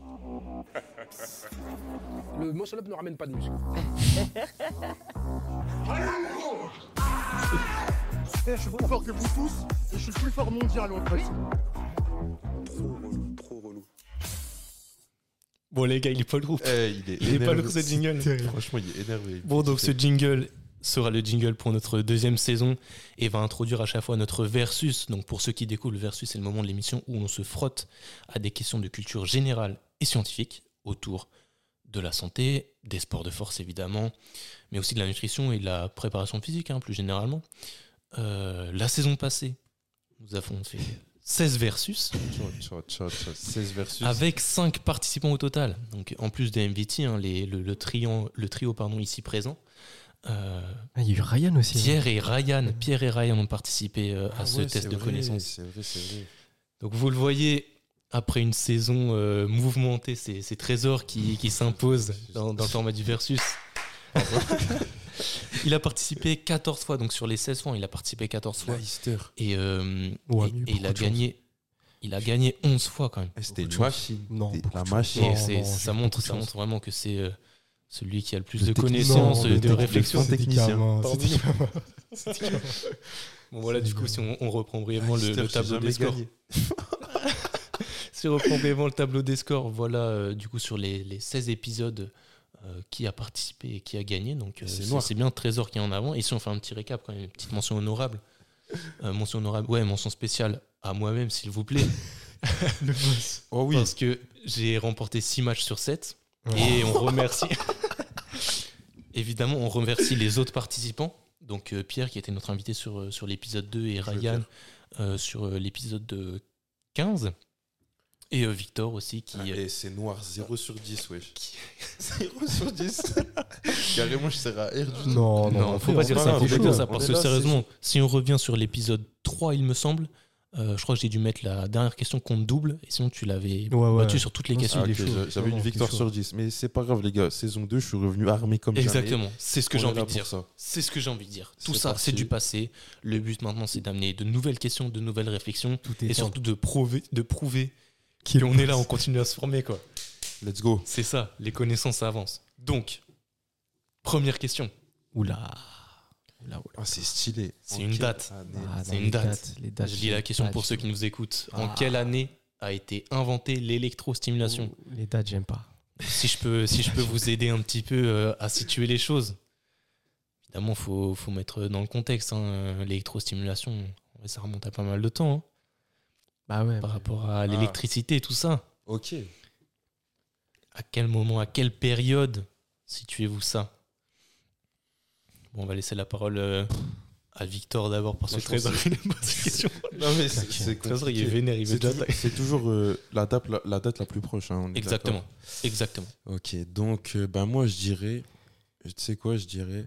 non. Le muscle-up ne ramène pas de muscle. Je suis plus fort que vous tous et je suis le plus fort mondial en fait. Trop relou, trop relou. Bon, les gars, il est pas lourd. Eh, il est, Il est pas énervé. lourd, ce jingle. C'est terrible. Franchement, il est énervé. Bon, donc ce jingle sera le jingle pour notre deuxième saison et va introduire à chaque fois notre versus. Donc pour ceux qui découvrent, le versus c'est le moment de l'émission où on se frotte à des questions de culture générale et scientifique autour de la santé, des sports de force évidemment, mais aussi de la nutrition et de la préparation physique hein, plus généralement. Euh, la saison passée, nous avons fait 16 versus Tcha, tcha, tcha. 16 versus. avec 5 participants au total. Donc en plus des MVT, hein, les- le, le trian- le trio pardon, ici présent. Euh, Ah, il y a eu Ryan aussi. Pierre et Ryan, Pierre et Ryan ont participé euh, à Ah ce ouais, test c'est de vrai, connaissance. C'est vrai, c'est vrai. Donc vous le voyez, après une saison euh, mouvementée, c'est c'est Trésor qui, qui s'impose dans, dans le format du versus. il a participé 14 fois, donc sur les 16 fois, il a participé 14 fois. Leicester. Et, euh, Ouais, il y a eu et- et il a beaucoup de chance. gagné. Il a gagné 11 fois quand même. Eh, Beaucoup C'était de une chance. machine. Non, C'était beaucoup la de machine. Et Non, c'est- non, j'ai ça, beaucoup montre, de ça chance. montre vraiment que c'est euh, celui qui a le plus Le de technicien, connaissances, le euh, de technicien. réflexion. C'est technicien. C'était gamin, c'était gamin. Bon voilà, du coup, si on, on reprend brièvement le, Leicester, le j'ai tableau jamais des scores. gagné. Si on reprend brièvement le tableau des scores, voilà euh, du coup sur les, les 16 épisodes euh, qui a participé et qui a gagné. Donc euh, C'est c'est noir. c'est bien Trésor qui est en avant. Et si on fait un petit récap, quand même, une petite mention honorable. Euh, mention honorable, ouais, mention spéciale à moi-même, s'il vous plaît. Oh oui. Parce que j'ai remporté 6 matchs sur 7. Et on remercie. Évidemment, on remercie les autres participants. Donc euh, Pierre qui était notre invité sur, euh, sur l'épisode 2 et Ryan euh, sur euh, l'épisode de 15. Et euh, Victor aussi qui... Ah, euh, eh, c'est noir, 0 sur 10, wesh. Qui- 0 sur 10. Carrément, je sers à R du tout. Non, non, non, faut on pas dire parle ça, on faut est pas chaud, dire ça, on parce est que là, c'est sérieusement, si on revient sur l'épisode 3, il me semble, euh, je crois que j'ai dû mettre la dernière question compte double, et sinon tu l'avais Ouais, ouais. battu sur toutes les Non, questions. Ah, il est ok, chaud. j'a- J'avais Non, une non, victoire il est sur 10, mais c'est pas grave, les gars. Saison 2, je suis revenu armé comme jamais. Exactement, c'est ce que On j'ai est envie là de pour dire. ça. C'est ce que j'ai envie de dire. Tout C'est ça, parti. c'est du passé. Le but maintenant, c'est d'amener de nouvelles questions, de nouvelles réflexions, Tout est et fort. surtout de prouver, de prouver Qui qu'on est là, on continue à se former, quoi. Let's go. C'est ça, les connaissances avancent. Donc, première question. Oula, Ah, c'est stylé. C'est En une quelle date. année Ah, C'est non, une les date. dates, les dates, je lis la les question dates, pour ceux je- qui nous écoutent. En Ah. quelle année a été inventée l'électrostimulation Les dates, j'aime pas. si je peux, si je peux vous aider un petit peu euh, à situer les choses. Évidemment, il faut, faut mettre dans le contexte. hein, euh, L'électrostimulation, ouais, ça remonte à pas mal de temps hein, Bah ouais. par mais- rapport Ah. à l'électricité, tout ça. Ok. À quel moment, à quelle période situez-vous ça Bon, on va laisser la parole euh, à Victor d'abord parce Moi, que je pense Trésor, il aime pas cette question. Non, mais c'est- c'est Trésor, il est compliqué. vénère, il veut C'est déjà toujours, c'est toujours, euh, la, date, la, la date la plus proche. hein, on est Exactement, exactement. d'accord. Ok, donc euh, ben moi je dirais, tu sais quoi, je dirais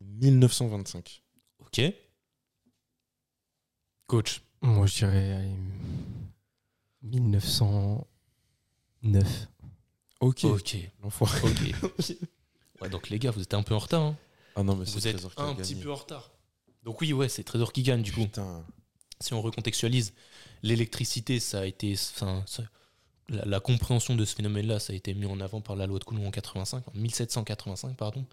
1925. Ok. Coach, Moi, je dirais euh, allez, 1909. Ok. Ok, Oh, L'enfoiré. ok. Ouais, donc les gars, vous êtes un peu en retard. hein. Ah non, mais c'est Vous êtes Trésor qui a un gagné. petit peu en retard. Donc oui, ouais, c'est Trésor qui gagne du coup. Putain. Si on recontextualise, l'électricité, ça a été, enfin, ça- la, la compréhension de ce phénomène-là, ça a été mis en avant par la loi de Coulomb en 85, en 1785 pardon.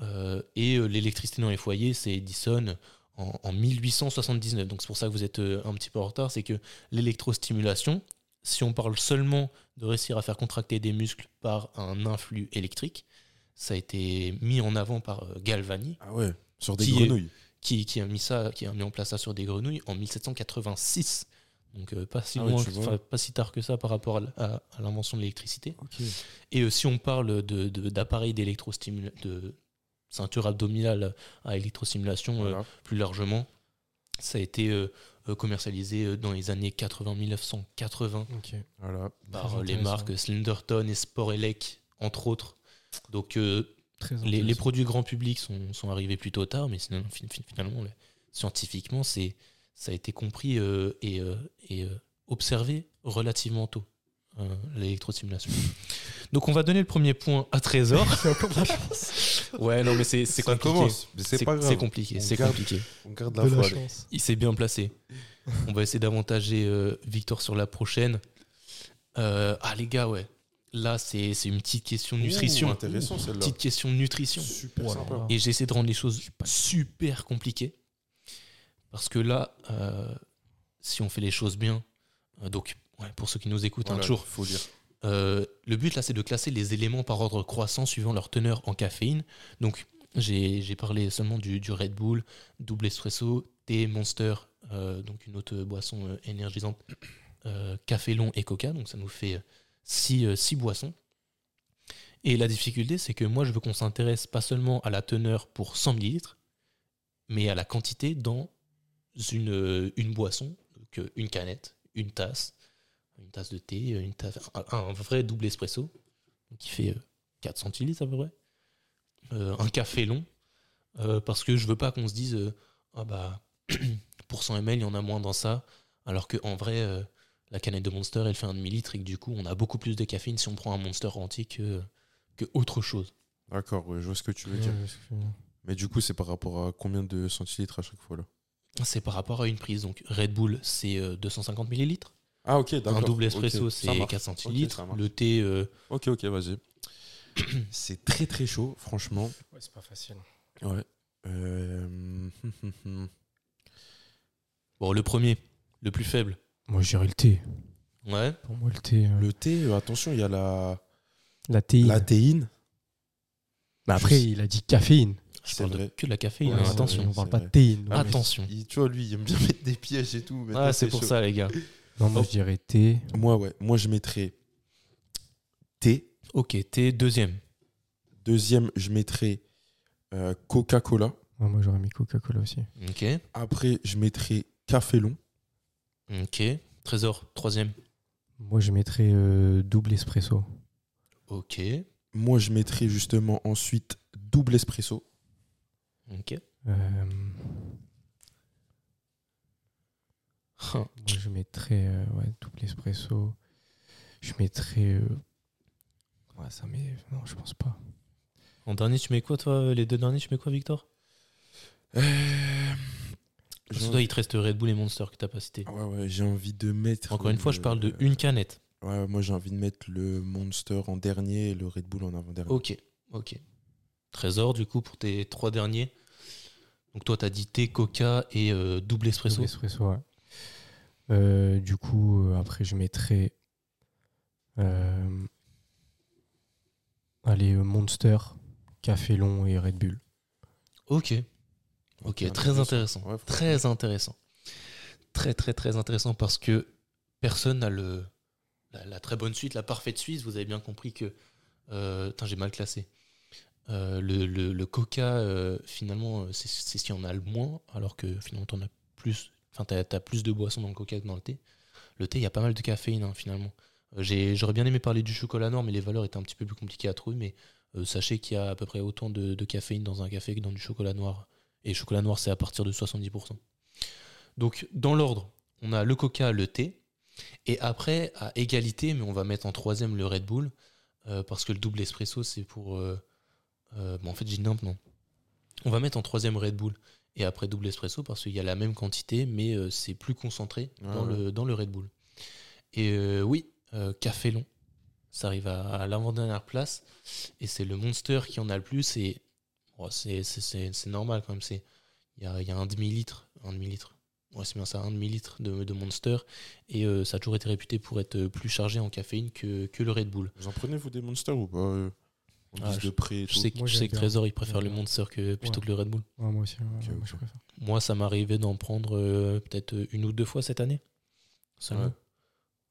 Euh, et euh, l'électricité dans les foyers, c'est Edison en, en 1879. Donc c'est pour ça que vous êtes euh, un petit peu en retard, c'est que l'électrostimulation, si on parle seulement de réussir à faire contracter des muscles par un influx électrique, ça a été mis en avant par euh, Galvani, Ah ouais, sur des Qui est- grenouilles. qui, qui a mis ça, qui a mis en place ça sur des grenouilles en 1786. Donc euh, pas, si Ah ouais, loin- tu vois. enfin, pas si tard que ça par rapport à, l- à- à l'invention de l'électricité. Ok. Et euh, si on parle de, de- d'appareils d'électrostimula- de ceinture abdominale à électrostimulation euh, Voilà. plus largement, ça a été euh, euh, commercialisé euh, dans les années 80-1980 Ok. voilà. par euh, les intéressant. marques Slenderton et Sport Elec, entre autres. Donc euh, Très les, les intéressant. produits grand public sont, sont arrivés plus tôt tard, mais sinon, fin- fin- finalement, le- scientifiquement, c'est, ça a été compris euh, et, euh, et, euh, observé relativement tôt, euh, l'électrostimulation. Donc on va donner le premier point à Trésor. ouais, non, mais c'est, c'est Ça compliqué. commence, mais c'est C'est- pas grave. c'est compliqué, On c'est garde- compliqué. On garde la de la foi. chance. Il s'est bien placé. On va essayer d'avantager euh, Victor sur la prochaine. Euh, ah les gars, ouais. Là, c'est c'est une petite question de nutrition. Ouh, intéressant celle-là. petite question de nutrition. Super Ouah, sympa. là, là. Et j'essaie de rendre les choses super compliquées. Parce que là, euh, si on fait les choses bien, euh, donc ouais, pour ceux qui nous écoutent, hein, un Voilà, jour, Faut dire. euh, le but là, c'est de classer les éléments par ordre croissant suivant leur teneur en caféine. Donc, j'ai j'ai parlé seulement du, du Red Bull, double espresso, thé, Monster, euh, donc une autre boisson euh, énergisante, euh, café long et coca. Donc, ça nous fait euh, 6 boissons. Et la difficulté, c'est que moi, je veux qu'on s'intéresse pas seulement à la teneur pour 100 ml, mais à la quantité dans une, euh, une boisson, donc euh, une canette, une tasse, une tasse de thé, euh, une tasse, un, un vrai double espresso, qui fait euh, 4 centilitres à peu près, euh, un café long, euh, parce que je veux pas qu'on se dise, euh, ah bah, pour 100 ml, il y en a moins dans ça, alors qu'en vrai, euh, la canette de Monster, elle fait un demi-litre et que du coup, on a beaucoup plus de caféine si on prend un Monster entier que, que autre chose. D'accord, ouais, je vois ce que tu veux Ouais, dire. excuse-moi. Mais du coup, c'est par rapport à combien de centilitres à chaque fois là C'est par rapport à une prise. Donc, Red Bull, c'est euh, 250 millilitres. Ah, ok, d'accord. Un double Ok, espresso, ça c'est marche. 4 Ok, ça centilitres. marche. le thé, euh, Ok, ok, vas-y. C'est très très chaud, franchement. Ouais, c'est pas facile. Ouais. Euh, bon, le premier, le plus faible. Moi, j'irais le thé. Ouais. Pour moi, le thé. euh, Le thé, euh, attention, il y a la, La théine. la théine. Mais après, il a dit caféine. Je C'est parle de- vrai. que de la caféine. Ouais, hein, c'est attention. on parle c'est pas de vrai. théine. Ah, Attention. Il- tu vois, lui, il aime bien mettre des pièges et tout. mais Ah, toi, c'est t'es pour chaud. ça, les gars. Non, moi, Oh. je dirais thé. Moi, ouais, moi je mettrais thé. Ok, thé, deuxième. Deuxième, je mettrais euh, Coca-Cola. Ouais, moi, j'aurais mis Coca-Cola aussi. Ok. Après, je mettrais café long. Ok. Trésor, troisième. Moi, je mettrais euh, double espresso. Ok. Moi, je mettrais justement ensuite double espresso. Ok. Euh, Hein. moi, je mettrais euh, ouais, double espresso. Je mettrais. euh, Ouais, ça met. Non, je pense pas. En dernier, tu mets quoi, toi euh, Les deux derniers, tu mets quoi, Victor Euh, Parce j'ai que toi, il te reste Red Bull et Monster que t'as pas cité. envie- Ah Ouais, ouais, j'ai envie de mettre. Encore une fois, je parle de euh, une canette. Ouais, moi j'ai envie de mettre le Monster en dernier et le Red Bull en avant-dernier. Ok, ok. Trésor, du coup, pour tes trois derniers. Donc toi, t'as dit thé, coca et euh, double espresso. Double espresso, ouais. Euh, du coup, euh, après, je mettrais. euh, Allez, euh, Monster, Café Long et Red Bull. Ok, ok, très intéressant. Ouais, franchement. très intéressant. Très, très, très intéressant parce que personne n'a le, la, la très bonne suite, la parfaite suite. Vous avez bien compris que. euh, putain, j'ai mal classé. Euh, le, le- le coca, euh, finalement, euh, c'est c'est ce qu'il y en a le moins, alors que finalement, t'en as plus. Enfin, t'as as plus de boissons dans le coca que dans le thé. Le thé, il y a pas mal de caféine, hein, finalement. Euh, j'ai- J'aurais bien aimé parler du chocolat noir, mais les valeurs étaient un petit peu plus compliquées à trouver. Mais euh, sachez qu'il y a à peu près autant de, de caféine dans un café que dans du chocolat noir. Et chocolat noir, c'est à partir de 70%. Donc, dans l'ordre, on a le coca, le thé. Et après, à égalité, mais on va mettre en troisième le Red Bull. euh, parce que le double espresso, c'est pour. euh, euh, bon, en fait, j'ai dit non. On va mettre en troisième Red Bull. Et après, double espresso, parce qu'il y a la même quantité, mais euh, c'est plus concentré Ouais, dans, ouais. Le, dans le Red Bull. Et euh, oui, euh, café long. Ça arrive à, à l'avant-dernière place. Et c'est le Monster qui en a le plus. Et oh, c'est- c'est c'est- c'est normal quand même. c'est- Il y a, il y a un demi-litre. Un demi-litre. Ouais, c'est bien ça, un demi-litre de, de Monster. Et euh, ça a toujours été réputé pour être euh, plus chargé en caféine que, que le Red Bull. Vous en prenez vous des Monster ou pas euh, en Ah, guise de prêt et Je tout sais, que- Moi, je j'aime sais que bien. Trésor, il préfère le J'aime bien. Monster que, plutôt Ouais. que le Red Bull. Ouais, moi aussi, ouais, Ok, moi, ok. je préfère. Moi, ça m'est arrivé d'en prendre euh, peut-être une ou deux fois cette année. seulement. Ouais. Ouais,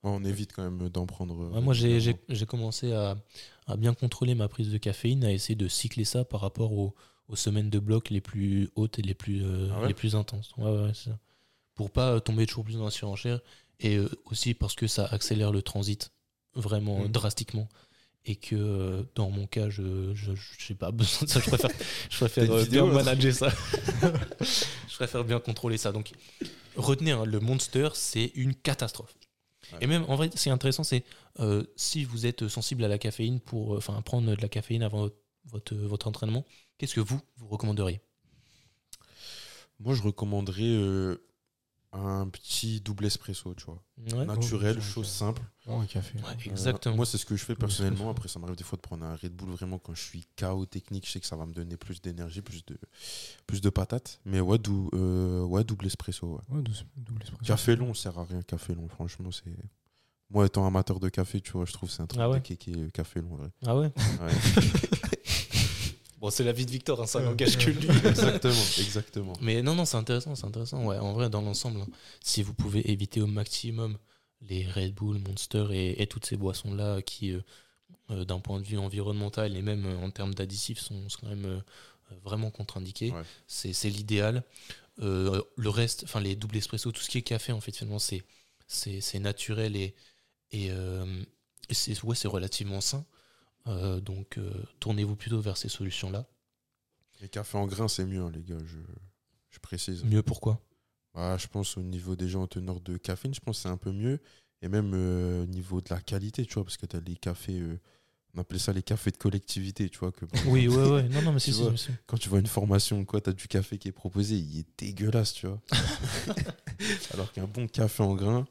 Ah, on évite quand même d'en prendre. euh, Ouais, moi, j'ai- j'ai régulièrement. j'ai commencé à, à bien contrôler ma prise de caféine, à essayer de cycler ça par rapport aux, aux semaines de bloc les plus hautes et les plus, euh, Ah ouais les plus intenses. Ouais, ouais, c'est ça. Pour pas euh, tomber toujours plus dans la surenchère et euh, aussi parce que ça accélère le transit vraiment euh, Mhm. drastiquement. Et que euh, dans mon cas, je je- je- j'ai pas besoin de ça. Je préfère, je préfère Des euh, bien vidéos, là. manager ça. je préfère bien contrôler ça. Donc, retenez, hein, le Monster, c'est une catastrophe. Ouais. Et même, en vrai, c'est intéressant, c'est euh, si vous êtes sensible à la caféine pour, euh, enfin, prendre de la caféine avant votre, votre, euh, votre entraînement, qu'est-ce que vous vous recommanderiez Moi, je recommanderais euh, un petit double espresso, tu vois. Ouais. Naturel, Ouais, chose ouais. simple. Euh, prends un café. Ouais, exactement. Moi, c'est ce que je fais personnellement. Après, ça m'arrive des fois de prendre un Red Bull vraiment quand je suis KO technique. Je sais que ça va me donner plus d'énergie, plus de, plus de patates. Mais ouais, dou- euh, ouais double espresso. ouais. Ouais, douce- double espresso. Café long, ça sert à rien. Café long, franchement, c'est. Moi, étant amateur de café, tu vois, je trouve que c'est un truc Ah ouais. de kéké, le café long. ouais. Ah ouais Ouais. Bon, c'est la vie de Victor, hein, ça Ouais. n'engage que lui. exactement, exactement. Mais non, non, c'est intéressant, c'est intéressant. Ouais, en vrai, dans l'ensemble, hein, si vous pouvez éviter au maximum les Red Bull, Monster et, et toutes ces boissons-là qui, euh, euh, d'un point de vue environnemental et même euh, en termes d'additifs, sont, sont quand même euh, euh, vraiment contre-indiqués, Ouais. c'est c'est l'idéal. Euh, le reste, enfin les doubles espresso, tout ce qui est café, en fait, finalement, c'est c'est c'est naturel et, et euh, et c'est ouais, c'est relativement sain. Euh, donc, euh, tournez-vous plutôt vers ces solutions-là. Les cafés en grains, c'est mieux, hein, les gars, je, je précise. Mieux pourquoi Bah, je pense au niveau des gens en teneur de caféine, je pense que c'est un peu mieux. Et même euh, au niveau de la qualité, tu vois, parce que tu as les cafés, euh, on appelait ça les cafés de collectivité, tu vois. Que, par Oui, ouais, exemple, ouais. Non, non, mais si, Tu si, vois. si. Quand tu vois une formation, ou quoi, tu as du café qui est proposé, il est dégueulasse, tu vois. Alors qu'un bon café en grain,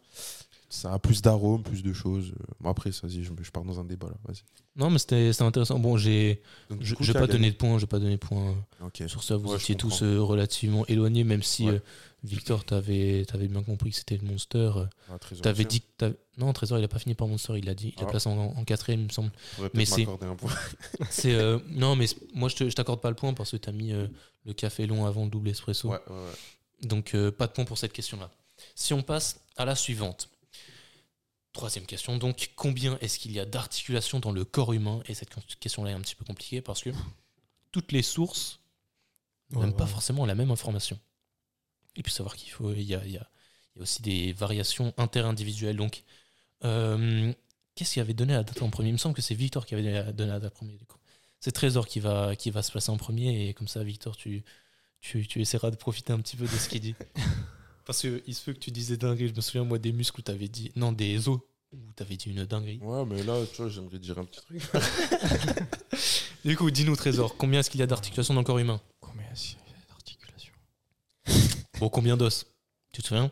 ça a plus d'arômes, plus de choses. Euh, Bon, après, ça, vas-y, je, me- je pars dans un débat là, vas-y. Non, mais c'était c'était intéressant. Bon, j'ai, Donc, du je coup, je vais t'as pas gagné. donner de points, je vais pas donner de points euh, Ok. sur ça. Vous Ouais, je étiez tous comprends. euh, relativement éloignés, même si Ouais. euh, Victor, t'avais avais bien compris que c'était le Monster. euh, Ah, Trésor, T'avais tiens, dit que t'avais- non, Trésor, il a pas fini par Monster, il a dit, il a Ah. placé en, en quatrième, il me semble. tu pourrais mais peut-être c'est- m'accorder un point. C'est euh, non, mais c'est- moi, je te- je t'accorde pas le point parce que t'as mis euh, le café long avant le double espresso. Ouais, ouais, ouais. Donc, euh, pas de point pour cette question-là. Si on passe à la suivante. Troisième question, donc, combien est-ce qu'il y a d'articulations dans le corps humain Et cette con- question-là est un petit peu compliquée parce que toutes les sources Ouais, n'ont pas ouais. forcément la même information. Et puis savoir qu'il faut, il y a, il y a- il y a aussi des variations interindividuelles. Donc, euh, qu'est-ce qui avait donné la date en premier Il me semble que c'est Victor qui avait donné la, donné la date en premier. du coup. C'est Trésor qui va, qui va se placer en premier et comme ça, Victor, tu, tu, tu essaieras de profiter un petit peu de ce qu'il dit. Parce que il se peut que tu disais dinguerie. Je me souviens, moi, des muscles où t'avais dit. Non, des os où t'avais dit une dinguerie. Ouais, mais là, tu vois, j'aimerais dire un petit truc. Du coup, dis-nous, Trésor, combien est-ce qu'il y a d'articulations dans le corps humain Combien est-ce qu'il y a d'articulations Bon, combien d'os Tu te souviens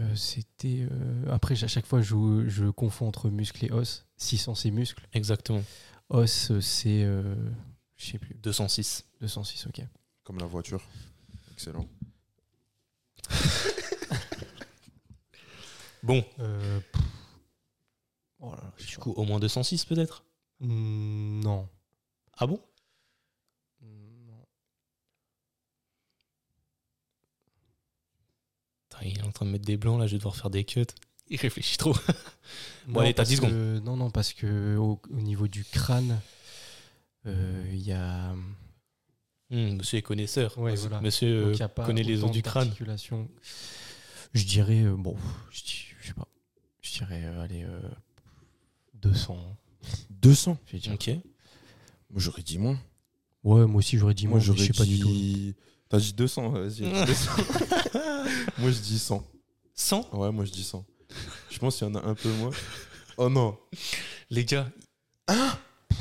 Euh, C'était. euh, Après, à chaque fois, je, je confonds entre muscles et os. 600, c'est muscles. Exactement. Os, euh, c'est. euh, Je sais plus. 206. 206, ok. Comme la voiture. Excellent. Bon, Euh, pff. Oh là là, je sais du pas. coup, au moins 206 peut-être Mm, Non. Ah bon Non. Putain, Il est en train de mettre des blancs là, je vais devoir faire des cuts. Il réfléchit trop. Bon, Non, allez, t'as parce 10 secondes. que- non, non, parce que au, au niveau du crâne, euh, il y a. Hum, monsieur est connaisseur. Ouais, Monsieur- voilà. Monsieur donc il y euh, a pas connaît les autant os du crâne. d'articulations. Je dirais. euh, bon, je, dis- je sais pas. Je dirais, euh, allez, euh, 200. 200 je vais dire. Ok. Moi, j'aurais dit moins. Ouais, moi aussi j'aurais dit moi, je j'aurais sais pas du tout. dit- T'as dit 200, vas-y. dis 200. moi, je dis 100. 100 Ouais, moi, je dis 100. Je pense qu'il y en a un peu moins. Oh non. Les gars. Ah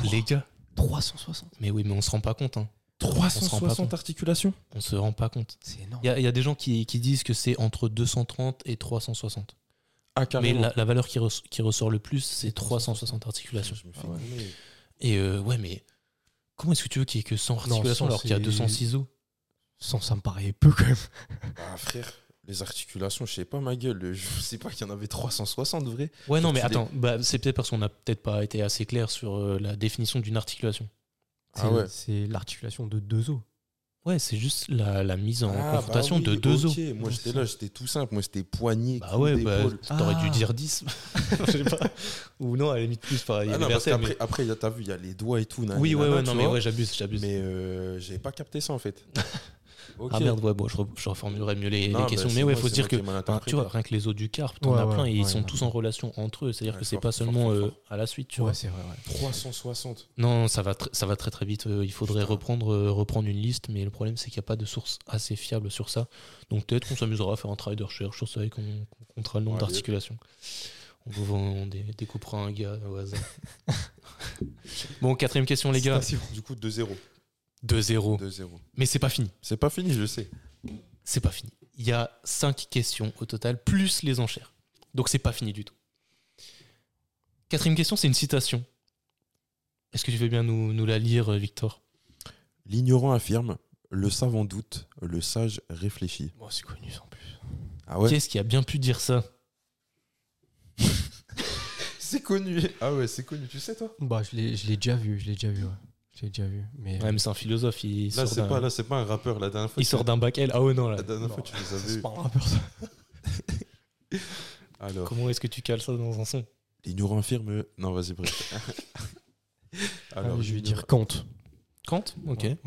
Les gars. 360. Mais oui, mais on se rend pas compte. hein. On se rend pas 360 compte. articulations On se rend pas compte. C'est énorme. Il y, a- il y a des gens qui, qui disent que c'est entre 230 et 360. Ah, Mais carrément. la, la valeur qui, res- qui ressort le plus, c'est 360 articulations. Je me fais Ah ouais. gauler. Et euh, ouais, mais comment est-ce que tu veux qu'il y ait que 100 100, articulations alors qu'il y a c'est- 206 os 100, ça me paraît peu quand même. Bah, frère, les articulations, je sais pas, ma gueule. Je sais pas qu'il y en avait 360, vrai. Ouais, non, mais Surtout des- attends, bah, c'est peut-être parce qu'on n'a peut-être pas été assez clair sur euh, la définition d'une articulation. Ah ouais. C'est l'articulation de deux os. Ouais, c'est juste la, la mise en Ah, confrontation bah oui, de deux os. ok. Moi, j'étais là, j'étais tout simple. Moi, c'était poignet, Bah coude, ouais, bah, épaule. t'aurais dû Ah. dire 10. Je sais pas. Ou non, à la limite plus, pareil. Ah non, parce qu'après, après, il y a- t'as vu, il y a les doigts et tout. nani, Oui, ouais, nana, ouais, tu non, mais vois. ouais, j'abuse, j'abuse. Mais euh, j'avais pas capté ça en fait. Ok. Ah merde, ouais, bon, je, re- je reformulerai mieux les, les Non, bah, questions. c'est Mais ouais, moi- faut se c'est dire moi que qui ai mal enfin, tu interprété. vois, rien que les os du carpe, t'en Ouais, as ouais, plein et ils ouais, sont non. tous en relation entre eux. C'est-à-dire Ouais, que c'est fort, pas fort, seulement fort, euh, fort. à la suite, tu ouais, vois. c'est vrai. ouais. 360. Non, ça va, tr- ça va très très vite. Euh, Il faudrait Putain. reprendre, euh, reprendre une liste, mais le problème c'est qu'il n'y a pas de source assez fiable sur ça. Donc peut-être qu'on s'amusera à faire un travail de recherche sur ça et qu'on qu'on comptera le nombre Ouais, d'articulations. On, vous- on dé- découpera un gars au hasard. bon, quatrième question, les gars. Du coup, 2-0. 2-0. 2-0. Mais c'est pas fini. C'est pas fini, je le sais. C'est pas fini. Il y a 5 questions au total, plus les enchères. Donc c'est pas fini du tout. Quatrième question, c'est une citation. Est-ce que tu veux bien nous, nous la lire, euh, Victor L'ignorant affirme, le savant doute, le sage réfléchit. Bon, c'est connu sans plus. Ah ouais Qui est-ce qui a bien pu dire ça C'est connu. Ah ouais, c'est connu, tu sais toi Bah, je l'ai je l'ai déjà vu, je l'ai déjà vu, ouais. Je l'ai déjà vu. Mais Ouais, mais c'est un philosophe. Il Là, sort c'est d'un- pas, là, c'est pas un rappeur. La dernière fois, il tu- sort d'un bac L. Ah ouais, non, là. la dernière fois, tu les as vus. Oh, un rappeur, ça. Alors, Comment est-ce que tu cales ça dans un son l'ignorant affirme. Non, vas-y, bref. Ah, mais je vais l'ignorant- dire Kant. Kant Ok, ouais.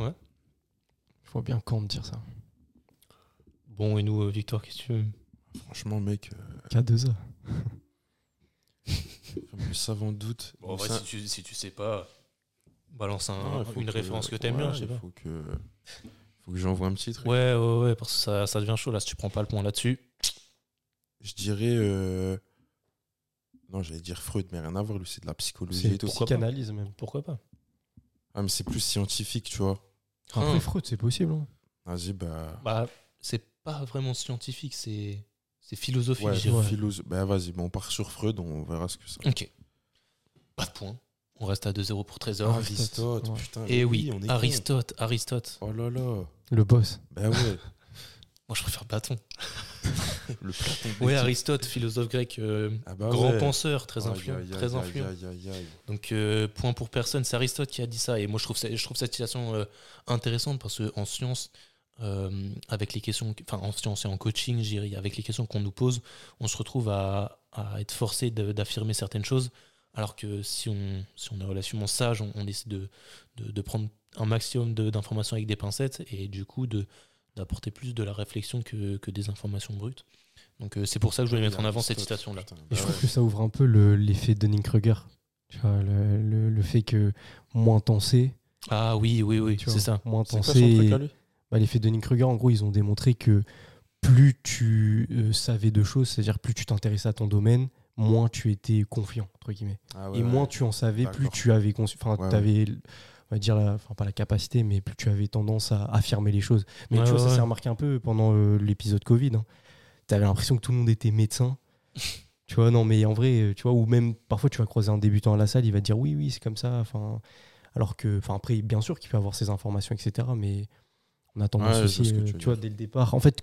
Je vois bien Kant dire ça. Bon, et nous, euh, Victor, qu'est-ce que tu veux Franchement, mec, euh, K2A. le savant doute. le sa- tu, sais pas, balance Non, il faut une que- référence que t'aimes bien, ouais, je sais il pas. Faut que, faut que j'envoie un petit truc. Ouais, ouais, ouais, parce que ça, ça devient chaud là si tu prends pas le point là-dessus. Je dirais. euh, Non, j'allais dire Freud, mais rien à voir, lui, c'est de la psychologie C'est et tout. pourquoi psychanalyse, même. Pourquoi pas Ah, mais c'est plus scientifique, tu vois. Après, Ah. Hein. Freud, c'est possible. hein. Vas-y, bah. Bah, c'est pas vraiment scientifique, c'est c'est philosophique. Ouais, je dirais. philoso- Bah, vas-y, bah, on part sur Freud, on verra ce que ça. Ok. Pas de point. On reste à 2-0 pour Trésor. Aristote, ouais. putain. et mais Ah, Eh oui, on est Aristote, Aristote. con. Oh là là. Le boss. Bah ouais. Moi, je préfère Platon. le Platon. Ouais, Aristote, philosophe grec, euh, Ah bah grand ouais. penseur, très Aïe, influent. aïe, aïe, très aïe, influent. aïe, aïe, aïe. Donc, euh, point pour personne, c'est Aristote qui a dit ça. Et moi, je trouve, ça- je trouve cette citation euh, intéressante parce qu'en science, euh, avec les questions, enfin, en science et en coaching, je dirais, avec les questions qu'on nous pose, on se retrouve à, à être forcé de- d'affirmer certaines choses. Alors que si on, si on est relativement sage, on, on essaie de, de, de prendre un maximum de- d'informations avec des pincettes et du coup de- d'apporter plus de la réflexion que, que des informations brutes. Donc euh, c'est pour ça que je voulais mettre en avant cette Ah, Aristote, citation-là. putain, bah Et je trouve ouais. que ça ouvre un peu le- l'effet Dunning-Kruger. Tu vois, le, le- le fait que moins tensé, Ah oui, oui, oui, tu vois, c'est ça. moins C'est quoi son tensé. truc, là, lui bah, l'effet Dunning-Kruger, en gros, ils ont démontré que plus tu euh, savais de choses, c'est-à-dire plus tu t'intéressais à ton domaine, moins tu étais confiant, entre guillemets. Ah ouais, et ouais. moins tu en savais, plus D'accord. tu avais consci- enfin, Ouais, t'avais, on va dire, la, enfin, pas la capacité, mais plus tu avais tendance à affirmer les choses. Mais Ouais, tu vois, ouais, ça s'est ouais. remarqué un peu pendant euh, l'épisode Covid. Tu avais l'impression que tout le monde était médecin. tu vois, non, mais en vrai, euh, tu vois, ou même parfois tu vas croiser un débutant à la salle, il va te dire oui, oui, c'est comme ça. Enfin, alors que, enfin, après, bien sûr qu'il peut avoir ses informations, etc. Mais on a tendance Ouais, je aussi, vois ce que euh, tu veux tu, dire. vois, dès le départ. En fait,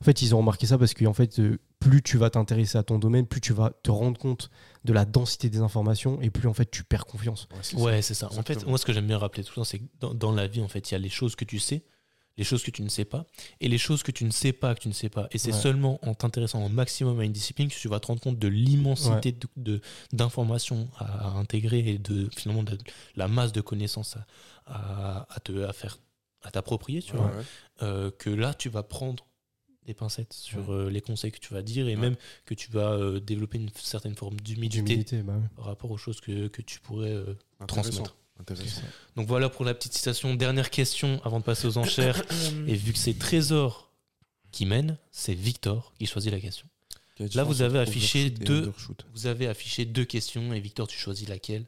en fait, ils ont remarqué ça parce que, en fait, euh, plus tu vas t'intéresser à ton domaine, plus tu vas te rendre compte de la densité des informations et plus en fait tu perds confiance. Ouais, c'est Ouais, c'est ça. En fait, Exactement. moi, ce que j'aime bien rappeler tout le temps, c'est que dans, dans la vie, en fait, il y a les choses que tu sais, les choses que tu ne sais pas, et les choses que tu ne sais pas, que tu ne sais pas. Et c'est Ouais. seulement en t'intéressant un maximum à une discipline que tu vas te rendre compte de l'immensité de- de- d'informations à, à intégrer et de finalement de la masse de connaissances à, à- à te à faire, à t'approprier, tu ça. vois. Ouais, ouais. Euh, que là, tu vas prendre des pincettes sur euh, les conseils que tu vas dire et Ouais. même que tu vas euh, développer une certaine forme d'humidité D'humilité, bah ouais. par rapport aux choses que, que tu pourrais euh, Intéressant, transmettre. Intéressant. Donc voilà pour la petite citation. Dernière question avant de passer aux enchères. Et vu que c'est Trésor qui mène, c'est Victor qui choisit la question. Quelle Là, vous différence avez entre affiché overshoot et deux- undershoot Vous avez affiché deux questions et Victor, tu choisis laquelle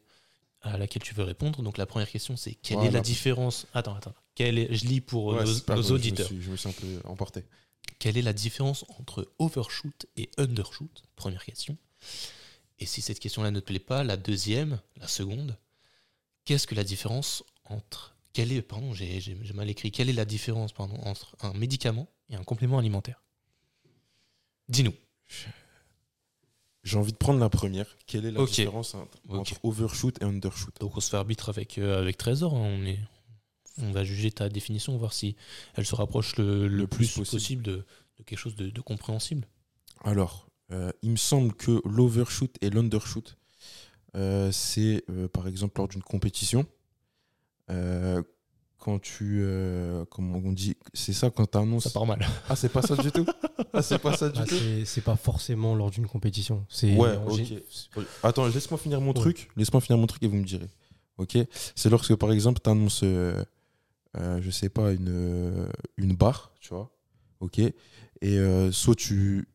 à laquelle tu veux répondre. Donc la première question, c'est quelle est Voilà. la différence Attends, attends. Quelle est... Je lis pour euh, Ouais, nos, c'est- pardon, nos je me auditeurs. suis- Je me suis un peu emporté. Quelle est la différence entre overshoot et undershoot Première question. Et si cette question-là ne te plaît pas, la deuxième, la seconde, qu'est-ce que la différence entre. Quelle est, pardon, j'ai j'ai- j'ai mal écrit. Quelle est la différence pardon, entre un médicament et un complément alimentaire Dis-nous. J'ai envie de prendre la première. Quelle est la Ok. différence entre, Ok. entre overshoot et undershoot Donc on se fait arbitre avec, euh, avec Trésor. hein, on, est, on va juger ta définition, voir si elle se rapproche le, le Le plus plus possible, possible. de, de quelque chose de, de compréhensible. Alors, euh, il me semble que l'overshoot et l'undershoot, euh, c'est euh, par exemple lors d'une compétition, euh, quand tu. euh, comment on dit C'est ça quand tu annonces. Ça part mal. Ah, c'est pas ça du tout Ah, c'est pas ça du Ah, tout c'est- c'est pas forcément lors d'une compétition. C'est Ouais, en ok. gé- Attends, laisse-moi finir mon truc. Laisse-moi finir mon truc et vous me direz. Ok C'est lorsque, par exemple, tu annonces, je sais pas, une, euh, une barre, tu vois. Ok Et euh, soit tu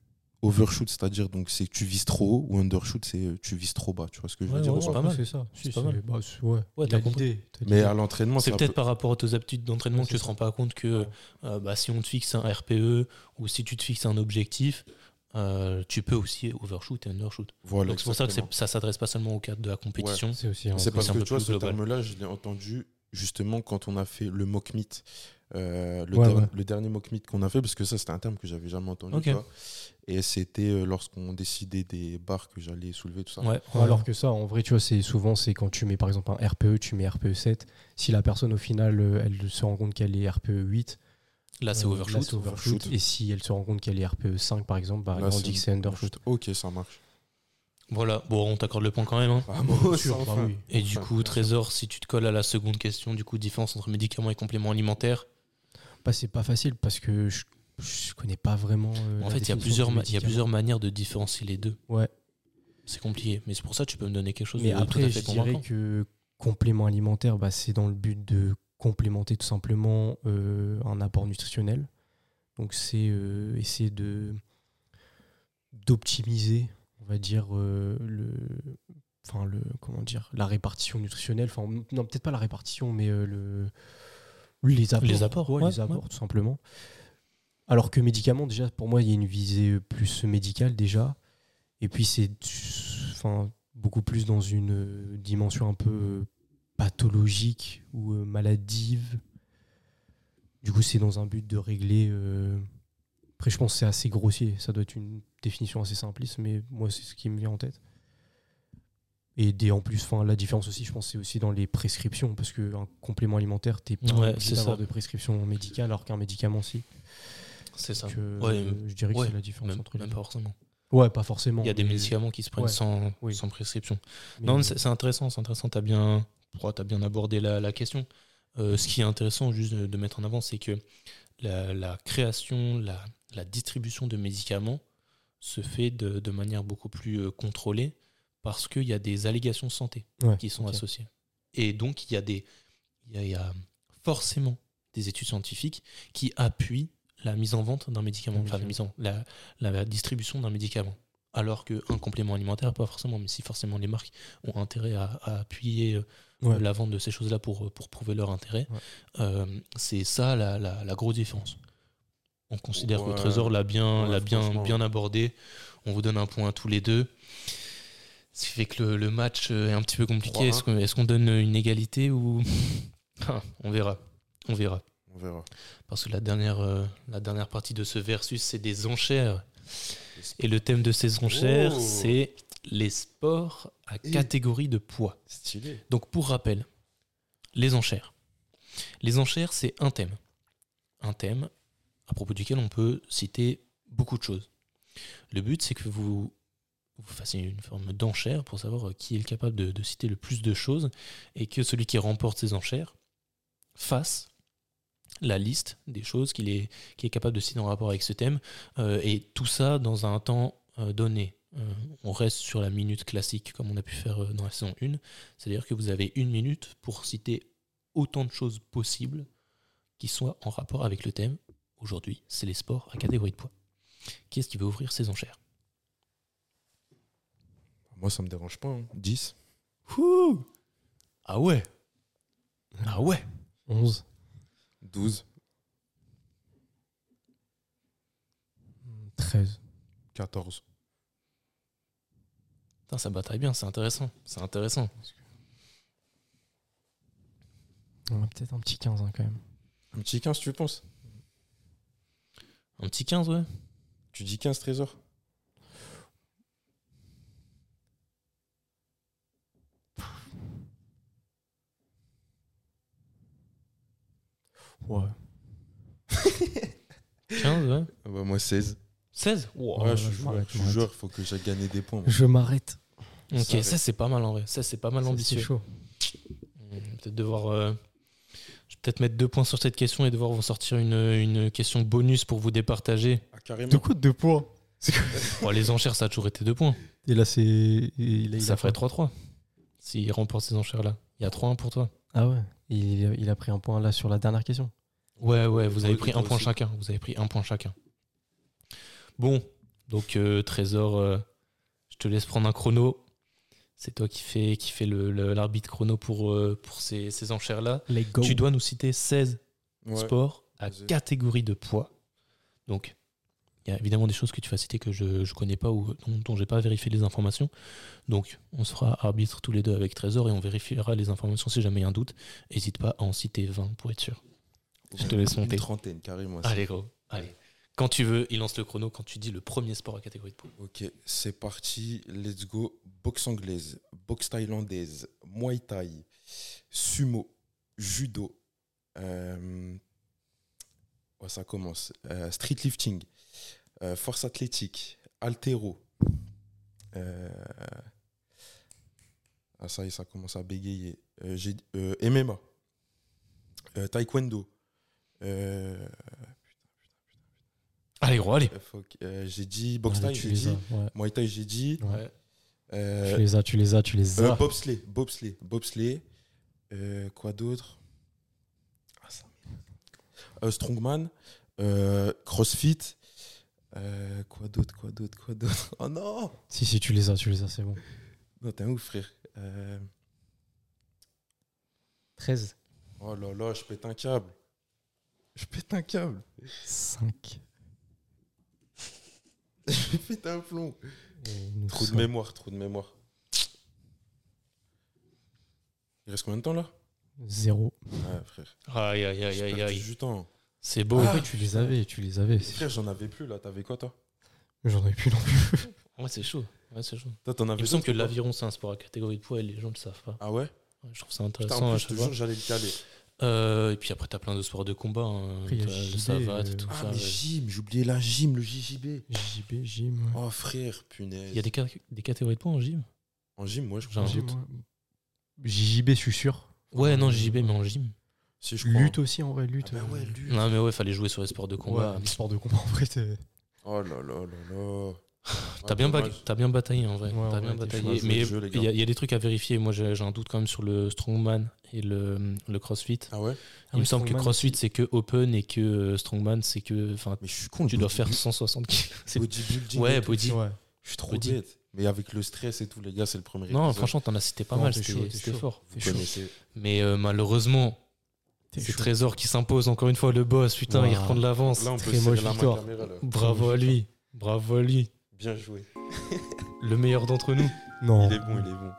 overshoot, c'est-à-dire donc c'est que tu vises trop haut, ou undershoot, c'est euh, tu vises trop bas. Tu vois ce que je veux Ouais, dire ouais, ou c'est pas pas mal. C'est ça. Si, C'est pas mal. c'est- bah, c'est- ouais, Ouais, Il a t'as compris. l'idée, t'as Mais l'idée. à l'entraînement, C'est un peut-être peu- par rapport à tes aptitudes d'entraînement Ouais, que tu c'est te ça. rends pas compte que Ouais. E euh, bah, si on te fixe un RPE ou si tu te fixes un objectif, euh, tu peux aussi overshoot et undershoot. Voilà, Donc c'est pour ça que c'est- exactement. ça s'adresse pas seulement au cadre de la compétition. C'est aussi un- C'est parce un que peu tu vois, plus ce global. terme-là, je l'ai entendu justement quand on a fait le mock meet. Euh, le, Ouais, der- ouais. le dernier mock meet qu'on a fait, parce que ça, c'était un terme que j'avais jamais entendu. Ok. tu vois. Et c'était euh, lorsqu'on décidait des barres que j'allais soulever, tout ça. Ouais, Ouais, Alors que ça, en vrai, tu vois, c'est souvent c'est quand tu mets par exemple un RPE, tu mets RPE 7. Si la personne au final, euh, elle se rend compte qu'elle est RPE 8, là c'est euh, là, overshoot. c'est overshoot. Overshoot. Et si elle se rend compte qu'elle est RPE 5 par exemple, bah, Là, on dit que c'est undershoot. Ok, ça marche. Voilà, bon, on t'accorde le point quand même. hein. Vamos, Sûr, bah enfin. oui. Et du Enfin, coup, Trésor, si tu te colles à la seconde question, du coup, différence entre médicaments et compléments alimentaires, Bah, c'est pas facile parce que je, je connais pas vraiment. euh, en la fait, il y, a définition plusieurs du ma- il y a médicament. plusieurs manières de différencier les deux. Ouais. C'est compliqué, mais c'est pour ça que tu peux me donner quelque chose Mais de tout après, à je fait dirais convaincant. que complément alimentaire, bah, c'est dans le but de complémenter tout simplement euh, un apport nutritionnel. Donc c'est euh, essayer de d'optimiser, on va dire euh, le, enfin le, comment dire, la répartition nutritionnelle. Enfin non, peut-être pas la répartition, mais euh, le les apports. Les apports, Ouais, ouais, les apports tout simplement. Alors que médicaments, déjà pour moi, il y a une visée plus médicale déjà. Et puis c'est enfin, beaucoup plus dans une euh, dimension un peu euh, pathologique ou euh, maladive. Du coup, c'est dans un but de régler. euh, Après, je pense que c'est assez grossier. Ça doit être une définition assez simpliste, mais moi, c'est ce qui me vient en tête. Et des, en plus, enfin, la différence aussi, je pense, c'est aussi dans les prescriptions, parce qu'un complément alimentaire, t'es pas Ouais, obligé c'est d'avoir ça. de prescription médicale, alors qu'un médicament, si. C'est ça. Donc, euh, Ouais, je dirais que ouais, c'est la différence Même, entre les même deux. pas forcément. Ouais, pas forcément. Il y a des mais- médicaments qui se prennent ouais, sans, oui. sans prescription. mais- Non, mais c'est c'est intéressant, c'est intéressant. T'as bien, oh, t'as bien abordé la, la question. Euh, ce qui est intéressant juste de, de mettre en avant, c'est que la, la création, la, la distribution de médicaments se fait de, de manière beaucoup plus euh, contrôlée parce qu'il y a des allégations santé Ouais, qui sont ok. associées. Et donc, il y a des, il y a- il y a forcément des études scientifiques qui appuient la mise en vente d'un médicament, Un enfin la mise en, la, la distribution d'un médicament. Alors qu'un complément alimentaire, pas forcément, mais si forcément les marques ont intérêt à, à appuyer euh, Ouais. la vente de ces choses-là pour, euh, pour prouver leur intérêt, Ouais. euh, c'est ça la, la, la grosse différence. On considère que Ouais. le Trésor l'a bien, Ouais, l'a bien, franchement. bien abordé. On vous donne un point à tous les deux. Ce qui fait que le, le match euh, est un petit peu compliqué. 3-1. Est-ce qu'on est-ce qu'on donne une égalité ou. Ah, on verra. On verra. On verra. Parce que la dernière, euh, la dernière partie de ce versus, c'est des enchères. Et le thème de ces enchères, Oh. c'est les sports à Et- catégorie de poids. Stylé. Donc pour rappel, les enchères. Les enchères, c'est un thème. Un thème à propos duquel on peut citer beaucoup de choses. Le but, c'est que vous, vous fassiez une forme d'enchère pour savoir euh, qui est capable de, de citer le plus de choses et que celui qui remporte ces enchères fasse la liste des choses qu'il est, qu'il est capable de citer en rapport avec ce thème euh, et tout ça dans un temps euh, donné. Euh, on reste sur la minute classique comme on a pu faire euh, dans la saison 1. C'est-à-dire que vous avez une minute pour citer autant de choses possibles qui soient en rapport avec le thème. Aujourd'hui, c'est les sports à catégorie de poids. Qui est-ce qui veut ouvrir ses enchères Moi, ça me dérange pas. hein. 10. Ah ouais Ah ouais 11. 12. 13. 14. Putain, ça bataille bien, c'est intéressant. C'est intéressant. On a peut-être un petit 15 hein, quand même. Un petit 15, tu penses Un petit 15, ouais Tu dis 15 trésors Ouais. 15, ouais Ah bah, Moi, 16. 16 Wow. Ouais, ouais, je ouais, suis joueur, ouais, je suis ouais. joueur, faut que j'aille gagner des points. moi. Je m'arrête. Ok, Ça, ouais. ça c'est pas mal en vrai. Ça c'est pas mal Ça, ambitieux. Ah C'est chaud. Hmm, Peut-être devoir. euh, Je vais peut-être mettre deux points sur cette question et devoir vous sortir une, une question bonus pour vous départager. Ah, carrément. De quoi deux points Bon, les enchères, ça a toujours été deux points. Et là, c'est. et là, il Ça a ferait pris- 3-3 s'il remporte ces enchères-là. Il y a 3-1 pour toi. Ah ouais. Il, a- il a pris un point là sur la dernière question. Ouais, ouais, vous avez Ouais, pris toi un point aussi. chacun. Vous avez pris un point chacun. Bon, donc euh, Trésor, euh, je te laisse prendre un chrono. C'est toi qui fais, qui fais le- le- l'arbitre chrono pour, euh, pour ces, ces enchères-là. Les go. Tu dois nous citer 16 Ouais. sports à Vas-y. catégorie de poids. Donc, Il y a évidemment des choses que tu vas citer que je ne connais pas ou dont, dont j'ai pas vérifié les informations. Donc, on se fera arbitre tous les deux avec Trésor et on vérifiera les informations si jamais il y a un doute. N'hésite pas à en citer 20 pour être sûr. Je te laisse monter. Une trentaine, carrément. Allez, gros. Allez. Quand tu veux, il lance le chrono quand tu dis le premier sport à catégorie de poule. Ok, c'est parti. Let's go. Boxe anglaise, boxe thaïlandaise, muay thai, sumo, judo. euh, ouais, ça commence. Euh, street lifting, euh, force athlétique, haltéro. Euh, Ah, ça y est, ça commence à bégayer. Euh, j'ai- euh, MMA, euh, taekwondo. Euh, Allez, gros, allez. fuck, euh, j'ai dit boxe Allez, thaï, tu j'ai les dit. as, ouais. Muay Thai, j'ai dit. Ouais. Ouais. Euh, Tu les as, tu les as, tu les euh, as. bobsleigh, bobsleigh, bobsleigh. Euh, quoi d'autre Ah, ça m'énerve. Euh, Strongman, euh, CrossFit. Euh, quoi d'autre, quoi d'autre, quoi d'autre Oh non Si, si, tu les as, tu les as, c'est bon. Non, t'es un ouf, frère. Euh, 13, oh là là, je pète un câble. Je pète un câble. 5. Je pète un plomb. Trou de mémoire, trou de mémoire. Il reste combien de temps là 0. Ouais, frère. Aïe, aïe, aïe, j'ai aïe, perdu aïe. du temps. C'est Oh. beau. ouais, Ah tu les avais, tu les avais. c'est- Frère, j'en avais plus là. T'avais quoi toi J'en avais plus non plus. Ouais, c'est chaud. Ouais, c'est chaud. Toi, t'en avais Il me semble que d'autres ou pas l'aviron, Ah, c'est un sport à catégorie de poids et les gens ne le savent pas. Ah ouais Ouais, je trouve ça Putain, intéressant en à plus, je te chaque fois. jure, j'allais le caler. Euh, et puis après, t'as plein de sports de combat. hein. Après, il y a T'as le JB, savate, euh, tout Ah, ça. mais ouais. Mm. gym, j'ai oublié la gym, le JJB. JB, Jim. ouais. Oh frère, punaise. Il y a des, ca- des catégories de points en gym En gym, ouais, je J'ai un crois. doute. Jim, ouais. JJB, je suis sûr. Ouais, non, JB, Ah, mais en gym. Si, je crois. Lutte aussi, en vrai, Ah lutte. bah ouais, euh, lutte. Non, mais ouais, fallait jouer sur les sports de combat. ouais, les sports de combat, en vrai, c'est- Oh là là là là. T'as bien, ba- t'as bien bataillé en vrai. Ouais, en T'as vrai, bien t'es chaud à bataillé. jouer Mais le jeu, les gars. il y, a- il y a des trucs à vérifier. Moi, j'ai j'ai un doute quand même sur le Strongman et le, le CrossFit. Ah ouais Ah il me oui, semble que Strongman CrossFit, c'est que Open et que euh, Strongman, c'est que. Enfin, Mais je suis con. le tu dois body- faire 160 kilos. C'est- Bodybuilding. Ouais, et tout. body. Ouais. Je suis trop body. bête. Mais avec le stress et tout, les gars, c'est le premier épisode. Non, franchement, t'en as cité pas Non, mal. t'es C'était chaud, t'es c'était chaud. fort. vous chaud. connaissez. Mais euh, malheureusement, T'es c'est chaud. Trésor qui s'impose encore une fois. Le boss, putain, Wow. il reprend de l'avance. Là, on peut très moche serrer la main victoire. caméra, là. Bravo à lui. Bravo à lui. Bien joué. Le meilleur d'entre nous. Non. Il est bon, il est bon.